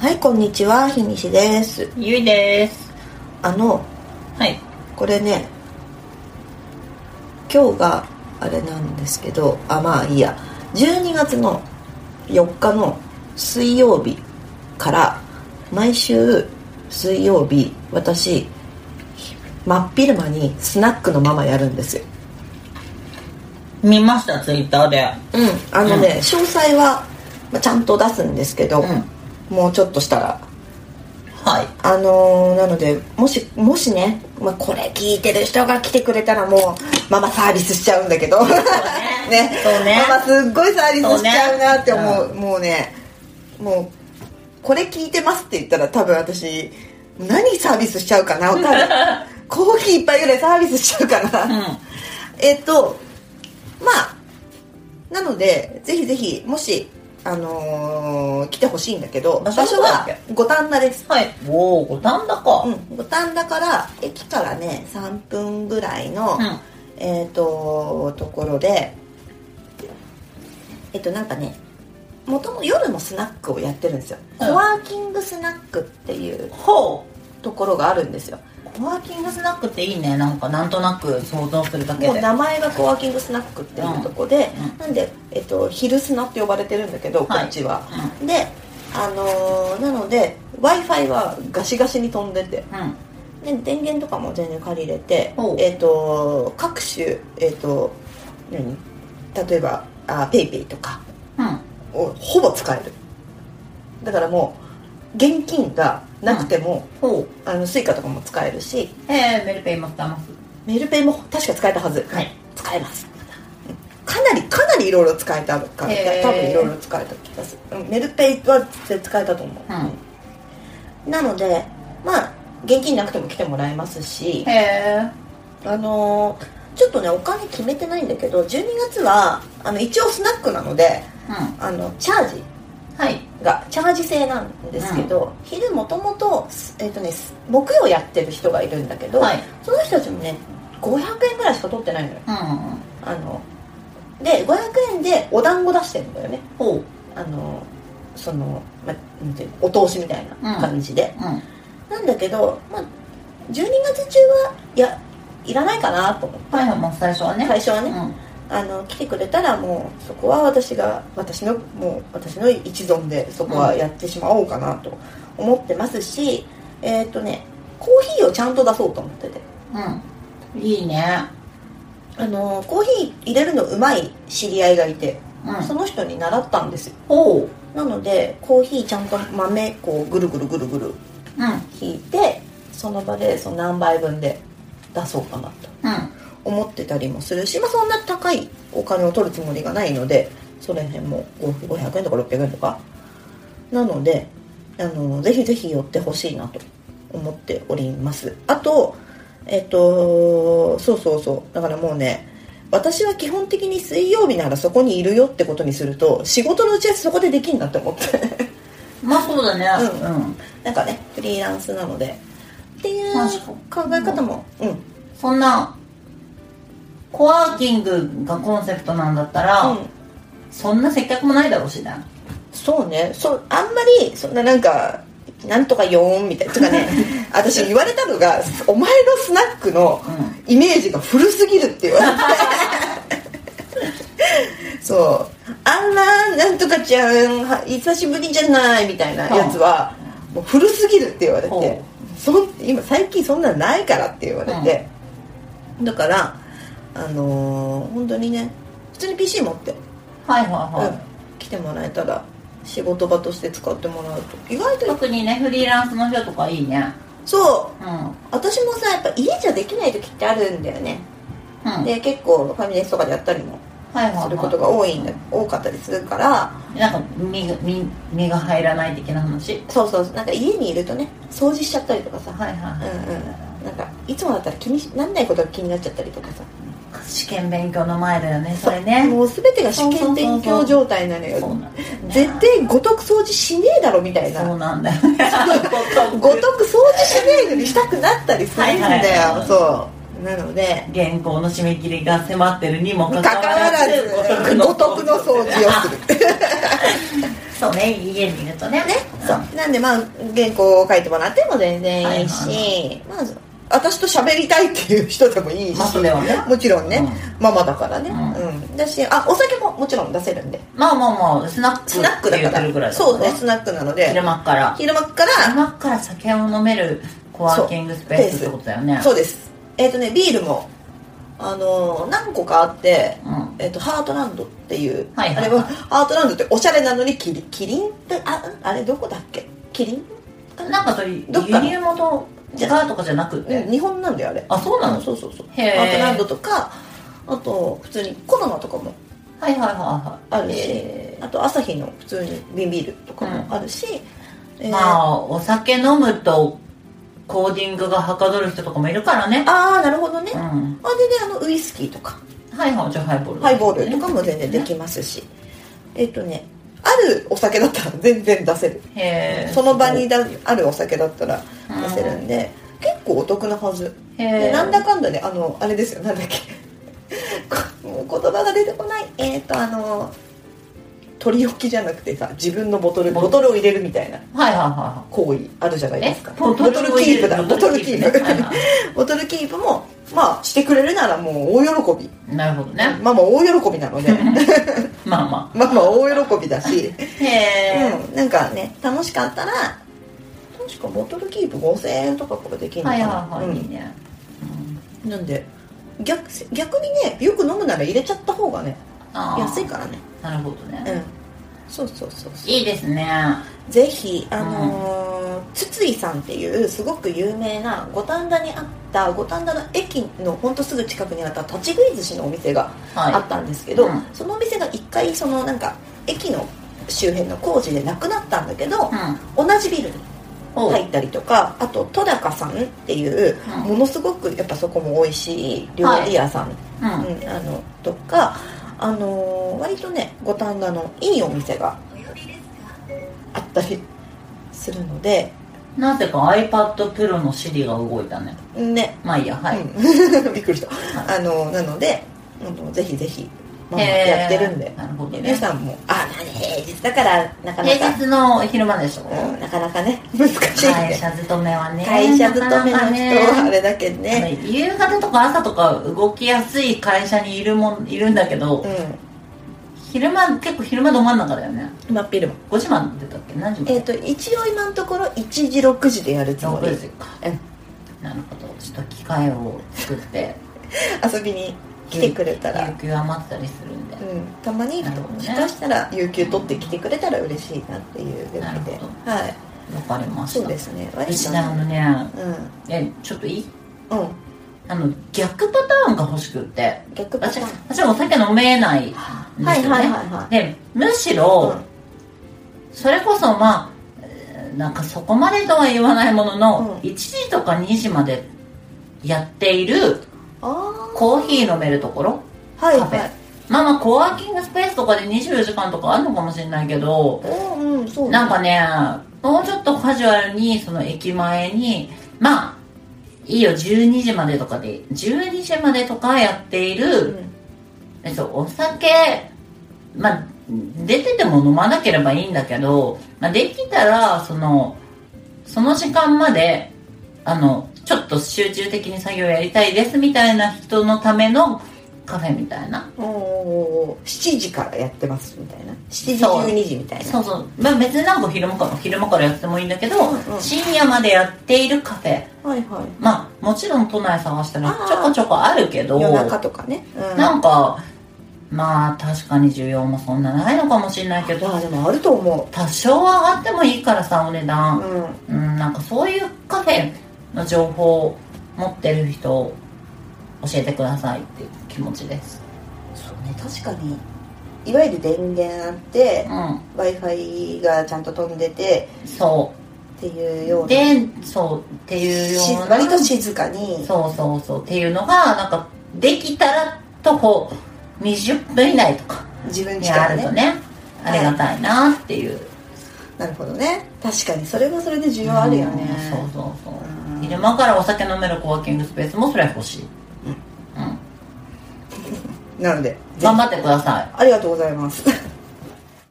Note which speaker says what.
Speaker 1: はいこんにちはひにしです
Speaker 2: ゆいです
Speaker 1: あの
Speaker 2: はい
Speaker 1: これね今日があれなんですけどあまあいいや12月の4日の水曜日から毎週水曜日私真っ昼間にスナックのママやるんですよ
Speaker 2: 見ましたツイッターで
Speaker 1: うんあのね、詳細はまあちゃんと出すんですけど、もうちょっとしたら
Speaker 2: はい
Speaker 1: あのーなのでもしもしね、まあ、これ聞いてる人が来てくれたらもうママサービスしちゃうんだけ どね
Speaker 2: そうね
Speaker 1: ママすっごいサービスしちゃうなって思うもうねもうこれ聞いてますって言ったら多分私何サービスしちゃうかな多 分コーヒー一杯ぐらいサービスしちゃうかな、
Speaker 2: う
Speaker 1: えっとまあなのでぜひぜひもしあのー来てほしいんだけど場
Speaker 2: 場所
Speaker 1: 所
Speaker 2: どこだっ
Speaker 1: は
Speaker 2: け
Speaker 1: 五反田です
Speaker 2: んはいおお五反田か
Speaker 1: うん、五反田から駅からね3分ぐらいの、
Speaker 2: うん
Speaker 1: えっ、とところでえっ、となんかねもとも夜もスナックをやってるんですよ、
Speaker 2: うん
Speaker 1: コワーキングスナックっていう
Speaker 2: ほ
Speaker 1: ところがあるんですよ
Speaker 2: うコワーキングスナックっていいねなんかなんとなく想像するだけ
Speaker 1: もう
Speaker 2: で
Speaker 1: 名前がコワーキングスナックっていうとこで、
Speaker 2: うんうん
Speaker 1: なんで、えっと昼スナって呼ばれてるんだけど、
Speaker 2: はい
Speaker 1: こっちは、であのーなので w i f i はガシガシに飛んでて
Speaker 2: うん
Speaker 1: で電源とかも全然借りれて
Speaker 2: ほう、
Speaker 1: えー、と各種、えー、と何例えばあ PayPay とか
Speaker 2: うん
Speaker 1: をほぼ使えるだからもう現金がなくても、
Speaker 2: ほ
Speaker 1: あの Suica とかも使えるし
Speaker 2: うえー、メルペイマスターマス
Speaker 1: メールペイも確か使えたはず、
Speaker 2: はい
Speaker 1: 使えますうんかなりかなりいろいろ使えたから
Speaker 2: へー
Speaker 1: 多分いろいろ使えた気がする、うんメルペイは絶対使えたと思う、なのでまあ現金なくても来てもらえますし
Speaker 2: へえ
Speaker 1: あのーちょっとねお金決めてないんだけど12月はあの一応スナックなので
Speaker 2: うん
Speaker 1: あのチャージ
Speaker 2: はい
Speaker 1: がチャージ制なんですけど、昼もともと,、えっとね、す木曜やってる人がいるんだけど、
Speaker 2: はい
Speaker 1: その人たちもね500円ぐらいしか取ってないのよ
Speaker 2: うん
Speaker 1: あので500円でお団子出してるんだよね
Speaker 2: ほう
Speaker 1: あのその、ま、なんていうのお通しみたいな感じで、
Speaker 2: うん
Speaker 1: なんだけど、まあ、12月中はいやいらないかなと思って
Speaker 2: はいはいまあ最初はね
Speaker 1: 最初はね、
Speaker 2: うん
Speaker 1: あの来てくれたらもうそこは私が私のもう私の一存でそこはやってしまおうかなと思ってますし、えっ、とねコーヒーをちゃんと出そうと思ってて
Speaker 2: うんいいね
Speaker 1: あのコーヒー入れるのうまい知り合いがいて、
Speaker 2: うん
Speaker 1: その人に習ったんですよ
Speaker 2: ほう
Speaker 1: なのでコーヒーちゃんと豆こうぐるぐるぐるぐる
Speaker 2: うんうん
Speaker 1: ひいてその場でその何杯分で出そうかなと思ってたりもするし、まあ、そんな高いお金を取るつもりがないのでそれ辺も5 500円とか600円とかなのであのぜひぜひ寄ってほしいなと思っておりますあとえっとそうそうそうだからもうね私は基本的に水曜日ならそこにいるよってことにすると仕事の打ち合わせそこでできんなって思って
Speaker 2: まあそうだね
Speaker 1: うん
Speaker 2: うん
Speaker 1: なんかねフリーランスなのでっていう考え方もうん
Speaker 2: そんなコワーキングがコンセプトなんだったら、
Speaker 1: うん
Speaker 2: そんな接客もないだろうしね
Speaker 1: そうねそうあんまりそんななんかなんとかよーんみたいなとかね 私言われたのがお前のスナックのイメージが古すぎるって言われ てそうあんななんとかちゃんは久しぶりじゃないみたいなやつはもう古すぎるって言われ
Speaker 2: ほ
Speaker 1: て
Speaker 2: う
Speaker 1: そん今最近そんなんないからって言われて、だからあのー本当にね普通に PC 持って
Speaker 2: はいはいはい、
Speaker 1: 来てもらえたら仕事場として使ってもらうと意外と
Speaker 2: 特にねフリーランスの人とかいいね
Speaker 1: そう
Speaker 2: うんうん
Speaker 1: 私もさやっぱ家じゃできない時ってあるんだよね、
Speaker 2: はい
Speaker 1: で結構ファミレスとかでやったりも
Speaker 2: はいはい
Speaker 1: することが多いんだ多かったりするから
Speaker 2: なんか身が身身が入らない的な話
Speaker 1: そうそうなんか家にいるとね掃除しちゃったりとかさ、
Speaker 2: はいはいは
Speaker 1: う
Speaker 2: い、
Speaker 1: んうんなんかいつもだったら気にしなんないことが気になっちゃったりとかさ
Speaker 2: 試験勉強の前だよねそれね
Speaker 1: もう全てが試験勉強状態なのよ
Speaker 2: そうなんだよね
Speaker 1: 絶対ごとく掃除しねえだろみたいな
Speaker 2: そうなんだよね
Speaker 1: ごとく掃除しないのにしたくなったりするんだよ、
Speaker 2: はいはい
Speaker 1: そうなので
Speaker 2: 原稿の締め切りが迫ってるにも
Speaker 1: か
Speaker 2: か
Speaker 1: か
Speaker 2: か
Speaker 1: わ
Speaker 2: わ
Speaker 1: ら
Speaker 2: ら
Speaker 1: ず
Speaker 2: ず
Speaker 1: ごとくの掃除をする
Speaker 2: そうね家にいるとね
Speaker 1: ね、
Speaker 2: ん
Speaker 1: そうなんでまあ原稿を書いてもらっても全然いいし、
Speaker 2: はい
Speaker 1: まあ私と喋りたいっていう人でもいいし、
Speaker 2: まあそれはね
Speaker 1: もちろんね、
Speaker 2: う
Speaker 1: ママだからね、う
Speaker 2: うん
Speaker 1: んだしあお酒ももちろん出せるんで
Speaker 2: まあまあまあスナック
Speaker 1: スナックだ
Speaker 2: って言っ
Speaker 1: か
Speaker 2: てるぐ
Speaker 1: ら
Speaker 2: らいだから
Speaker 1: そうねスナックなので
Speaker 2: 昼間っから
Speaker 1: 昼間から
Speaker 2: 昼間っから酒を飲めるコワーキングスペースってことだよね
Speaker 1: そうですえっ、とねビールもあのー何個かあって、
Speaker 2: うん
Speaker 1: えっとハートランドっていう、
Speaker 2: はいはいはい
Speaker 1: あれはハートランドっておしゃれなのにキリキリンってああれどこだっけキリンかな
Speaker 2: なんかそれ輸
Speaker 1: どっかの
Speaker 2: 入元がとかじゃなくて、
Speaker 1: うん日本なんだよあれ
Speaker 2: あそうなの
Speaker 1: そうそうそう
Speaker 2: へー
Speaker 1: ハートランドとかあと普通にコロナとかも
Speaker 2: はいはいはいは
Speaker 1: あ
Speaker 2: い
Speaker 1: るし
Speaker 2: え
Speaker 1: あと朝日の普通に瓶ビールとかもあるし、え
Speaker 2: ー
Speaker 1: ー
Speaker 2: まあお酒飲むとコーディングがはかどる人とかもいるからね
Speaker 1: あーなるほどね、
Speaker 2: う
Speaker 1: あ
Speaker 2: ん
Speaker 1: でねあのウイスキーとか
Speaker 2: はいはいじゃあハイボール
Speaker 1: ハイボールとかも全然できますし、えっとねあるお酒だったら全然出せる
Speaker 2: へえ
Speaker 1: その場にだあるお酒だったら出せるんで、結構お得なはず
Speaker 2: へ
Speaker 1: で
Speaker 2: え
Speaker 1: なんだかんだねあのあれですよなんだっけこもう言葉が出てこないえっ、とあの取り置きじゃなくてさ自分のボトル
Speaker 2: ボ
Speaker 1: ボトルを入れるみたいな
Speaker 2: はいはいは
Speaker 1: 行為あるじゃない
Speaker 2: いはい
Speaker 1: ですかボトル
Speaker 2: を
Speaker 1: キー
Speaker 2: 入
Speaker 1: プ
Speaker 2: れる
Speaker 1: だボトルキー
Speaker 2: ねはい
Speaker 1: プ
Speaker 2: は
Speaker 1: ボトルキープもまあしてくれるならもう大喜び
Speaker 2: いなるほどね
Speaker 1: ママ大喜びなの で
Speaker 2: まあま
Speaker 1: ママ大喜びだし
Speaker 2: あへえ、
Speaker 1: うん、なんかね楽しかったら確かボトルキープ5000円とかこれできるの
Speaker 2: は
Speaker 1: か
Speaker 2: い
Speaker 1: な、
Speaker 2: はいはい、
Speaker 1: うん
Speaker 2: いいね、うん
Speaker 1: なんで逆逆にねよく飲むなら入れちゃった方がね
Speaker 2: あー
Speaker 1: 安いからね
Speaker 2: なるほどね、
Speaker 1: うんそうそうそうそう
Speaker 2: いいですね
Speaker 1: ぜひあのー筒井さんっていうすごく有名な五反田にあった五反田の駅のほんとすぐ近くにあった立ち食い寿司のお店が
Speaker 2: はい
Speaker 1: あったんですけど、
Speaker 2: うん
Speaker 1: そのお店が一回そのなんか駅の周辺の工事でなくなったんだけど、同じビルに
Speaker 2: うんおう
Speaker 1: 入ったりとかあと戸高さんっていう
Speaker 2: うん
Speaker 1: ものすごくやっぱそこも美味しい料理屋さん、
Speaker 2: うん
Speaker 1: うんあのとか、あのー割とね五反田のいいお店があったりするので
Speaker 2: なぜか iPad Pro の Siri が動いたね
Speaker 1: ね、
Speaker 2: まあいいやはい、
Speaker 1: うん びっくりした、
Speaker 2: は
Speaker 1: あのなのであのぜひぜひママ
Speaker 2: へー
Speaker 1: やってるんで
Speaker 2: なるほどね
Speaker 1: 皆さんもあなに平日だからなかな
Speaker 2: 平
Speaker 1: か、
Speaker 2: 日の昼間でしょ、
Speaker 1: うん、なかなかね難しいんで、
Speaker 2: 会社勤めはね
Speaker 1: 会社勤めの人
Speaker 2: なかな
Speaker 1: は
Speaker 2: か
Speaker 1: あ
Speaker 2: ね
Speaker 1: れだけどね
Speaker 2: 夕方とか朝とか動きやすい会社にいるもんいるんだけど、
Speaker 1: う
Speaker 2: 昼間結構昼間ど真ん中だよね
Speaker 1: ん真っ昼間
Speaker 2: 5時までだったっけ何時ま
Speaker 1: え
Speaker 2: で
Speaker 1: っ、と一応今のところ1時6時でやるつもり
Speaker 2: 6時かなるほどちょっと機会を作って
Speaker 1: 遊びに来てくれたら
Speaker 2: 有、給余ったりするんで
Speaker 1: うん、たまに
Speaker 2: なるほどね
Speaker 1: もしかしたら有給取ってきてくれたら嬉しいなっていうぐらいで
Speaker 2: なるほ
Speaker 1: はい
Speaker 2: わかりました
Speaker 1: そうですね割
Speaker 2: 私
Speaker 1: と
Speaker 2: ねあのね
Speaker 1: う
Speaker 2: えちょっといい
Speaker 1: んうん
Speaker 2: あの逆パターンが欲しくって
Speaker 1: 逆パタ
Speaker 2: 私
Speaker 1: ーン
Speaker 2: 私はお酒飲めないんですよね、
Speaker 1: はいはいはいはい
Speaker 2: でむし
Speaker 1: うん
Speaker 2: ろ、それこそまあえーなんかそこまでとは言わないものの、
Speaker 1: う
Speaker 2: 1時とか2時までやっている
Speaker 1: あ
Speaker 2: コーヒー飲めるところ
Speaker 1: あはい
Speaker 2: カフェ
Speaker 1: はい
Speaker 2: まあまあコワーキングスペースとかで24時間とかあるのかもしれないけど
Speaker 1: うんうんそう
Speaker 2: なんかねもうちょっとカジュアルにその駅前にまあいいよ12時までとかで12時までとかやっている、
Speaker 1: うん
Speaker 2: えっと、お酒、まあ、出てても飲まなければいいんだけど、まあ、できたらそのその時間まであのちょっと集中的に作業やりたいですみたいな人のためのカフェみたいな
Speaker 1: おーおーおー7時からやってますみたいな7時
Speaker 2: そう
Speaker 1: 12時みたいな
Speaker 2: そうそう、まあ、別になんか昼間から昼間からやってもいいんだけど、
Speaker 1: うんうん
Speaker 2: 深夜までやっているカフェ
Speaker 1: はいはい
Speaker 2: まあもちろん都内探したら
Speaker 1: あー
Speaker 2: ちょこちょこあるけど
Speaker 1: 夜中とかねうん
Speaker 2: なんかまあ確かに需要もそんなないのかもしれないけど
Speaker 1: まあでもあると思
Speaker 2: 多少は上がってもいいからさお値
Speaker 1: う
Speaker 2: 段
Speaker 1: うん
Speaker 2: うんなんかそういうカフェの情報を持ってる人教えてくださいっていう気持ちです
Speaker 1: そうね確かにいわゆる電源あって
Speaker 2: うん
Speaker 1: w i f i がちゃんと飛んでて
Speaker 2: そ
Speaker 1: っていうよう
Speaker 2: う
Speaker 1: な
Speaker 2: でそうっていうよ
Speaker 1: し
Speaker 2: うな
Speaker 1: 割と静かに
Speaker 2: そうそうそうっていうのがなんかできたらとこう20分以内とか
Speaker 1: 自分
Speaker 2: に
Speaker 1: ち
Speaker 2: あ
Speaker 1: から
Speaker 2: ると
Speaker 1: ね
Speaker 2: ねありがたいなっていう、
Speaker 1: なるほどね確かにそれはそれで需要あるよね
Speaker 2: うんそうそうそう、
Speaker 1: うん
Speaker 2: 昼間からお酒飲めるコワーキングスペースもそれは欲しい、うん
Speaker 1: なので
Speaker 2: 頑張ってください
Speaker 1: ありがとうございます